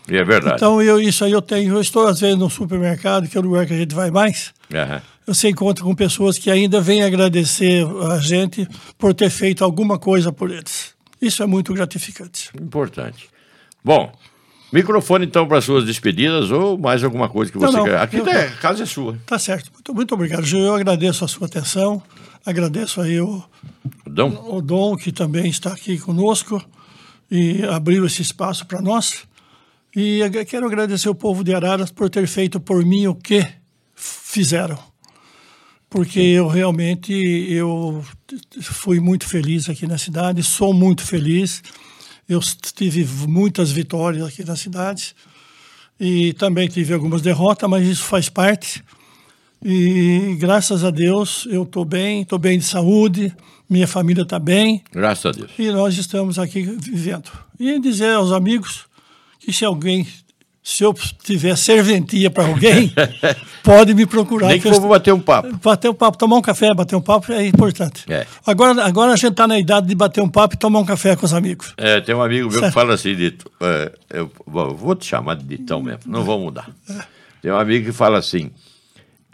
[SPEAKER 1] E é verdade.
[SPEAKER 2] Então eu, isso aí eu tenho. Eu estou às vezes no supermercado, que é o lugar que a gente vai mais.
[SPEAKER 1] Aham.
[SPEAKER 2] Você encontra com pessoas que ainda vêm agradecer a gente por ter feito alguma coisa por eles. Isso é muito gratificante.
[SPEAKER 1] Importante. Bom, microfone então para suas despedidas ou mais alguma coisa que
[SPEAKER 2] Não,
[SPEAKER 1] você
[SPEAKER 2] não.
[SPEAKER 1] quer. Aqui
[SPEAKER 2] Eu-
[SPEAKER 1] tá- a casa é sua.
[SPEAKER 2] Tá certo. Muito, muito obrigado, Gil. Eu agradeço a sua atenção. Agradeço aí o,
[SPEAKER 1] Dão?
[SPEAKER 2] o Dom, que também está aqui conosco e abriu esse espaço para nós. E ag- quero agradecer o povo de Araras por ter feito por mim o que fizeram. Porque eu realmente eu fui muito feliz aqui na cidade, sou muito feliz. Eu s- tive muitas vitórias aqui na cidade e também tive algumas derrotas, mas isso faz parte. E graças a Deus eu estou bem, estou bem de saúde, minha família está bem
[SPEAKER 1] Graças a Deus.
[SPEAKER 2] e nós estamos aqui vivendo. E dizer aos amigos que se alguém, se eu tiver serventia
[SPEAKER 1] (laughs)
[SPEAKER 2] para alguém, pode me procurar.
[SPEAKER 1] Nem que
[SPEAKER 2] que eu
[SPEAKER 1] for pra bater um papo.
[SPEAKER 2] Bater um papo, tomar um café, bater um papo é importante.
[SPEAKER 1] É.
[SPEAKER 2] Agora, agora a gente está na idade de bater um papo e tomar um café com os amigos.
[SPEAKER 1] É, tem um amigo meu que
[SPEAKER 2] Certo.
[SPEAKER 1] fala assim, Dito, é, eu, bom, eu vou te chamar de Ditão
[SPEAKER 2] Hum.
[SPEAKER 1] mesmo, não vou mudar. Tem um amigo que fala assim,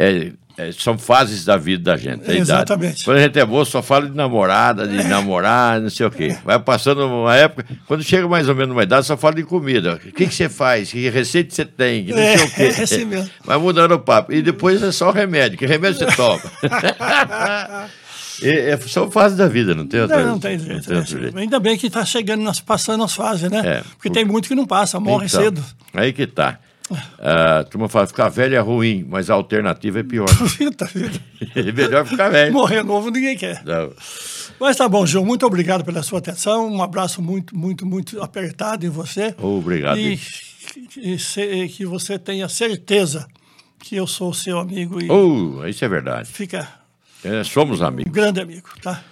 [SPEAKER 1] é, é, são fases da vida da gente, da idade.
[SPEAKER 2] Exatamente. É.
[SPEAKER 1] Quando a gente é moço, só fala de namorada, de namorar, não sei o quê. Vai passando uma época, quando chega mais ou menos uma idade, só fala de comida. O que, que você faz? Que receita você tem? Que não
[SPEAKER 2] É,
[SPEAKER 1] sei o quê.
[SPEAKER 2] é assim mesmo.
[SPEAKER 1] Vai mudando o papo. E depois é só remédio. Que remédio você toma?
[SPEAKER 2] (laughs)
[SPEAKER 1] (laughs) É, é- são fases da vida, não tem
[SPEAKER 2] Não,
[SPEAKER 1] outra-
[SPEAKER 2] não tem jeito. né?
[SPEAKER 1] outro jeito.
[SPEAKER 2] Ainda bem que está chegando, nas, passando as fases, né?
[SPEAKER 1] É.
[SPEAKER 2] Porque tem muito que não passa, morre
[SPEAKER 1] Então,
[SPEAKER 2] cedo. (laughs)
[SPEAKER 1] Aí que tá. Ah, a turma fala, ficar velho é ruim, mas a alternativa é pior. (laughs)
[SPEAKER 2] Eita, vida.
[SPEAKER 1] É Melhor ficar velho. Então,
[SPEAKER 2] Morrer novo ninguém quer.
[SPEAKER 1] Não.
[SPEAKER 2] Mas tá bom, Gil. Muito obrigado pela sua atenção. Um abraço muito, muito, muito apertado em você.
[SPEAKER 1] Obrigado,
[SPEAKER 2] E, e se- que você tenha certeza que eu sou seu amigo e
[SPEAKER 1] Oh, isso é verdade.
[SPEAKER 2] fica
[SPEAKER 1] É, somos amigos.
[SPEAKER 2] um grande amigo, tá?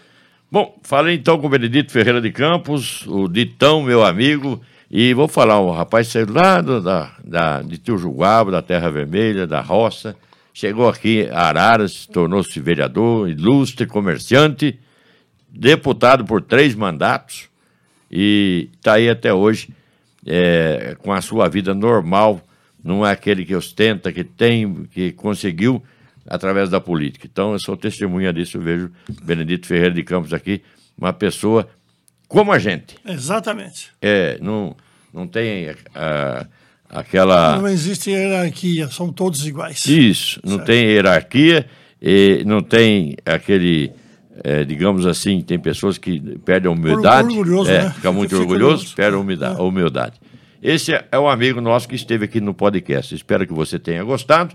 [SPEAKER 1] Bom, falei então com o Benedito Ferreira de Campos, o Ditão, meu amigo, e vou falar, o rapaz saiu lá do- da, da, de Tijuguaba, da Terra Vermelha, da roça, chegou aqui a Araras, tornou-se vereador, ilustre comerciante, deputado por três mandatos, e está aí até hoje é, com a sua vida normal, não é aquele que ostenta, que tem, que conseguiu através da política. Então, eu sou testemunha disso, eu vejo Benedito Ferreira de Campos aqui, uma pessoa como a gente,
[SPEAKER 2] Exatamente.
[SPEAKER 1] é, não, não tem ah, aquela...
[SPEAKER 2] Não existe hierarquia, são todos iguais.
[SPEAKER 1] Isso, não tem hierarquia, e não tem aquele, eh, digamos assim, tem pessoas que perdem a humildade.
[SPEAKER 2] orgulhoso,
[SPEAKER 1] é,
[SPEAKER 2] né?
[SPEAKER 1] Fica muito
[SPEAKER 2] Fica
[SPEAKER 1] orgulhoso,
[SPEAKER 2] orgulhoso. É.
[SPEAKER 1] perde a humida- a humildade. Esse é- é um amigo nosso que esteve aqui no podcast. Espero que você tenha gostado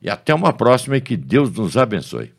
[SPEAKER 1] e até uma próxima e que Deus nos abençoe.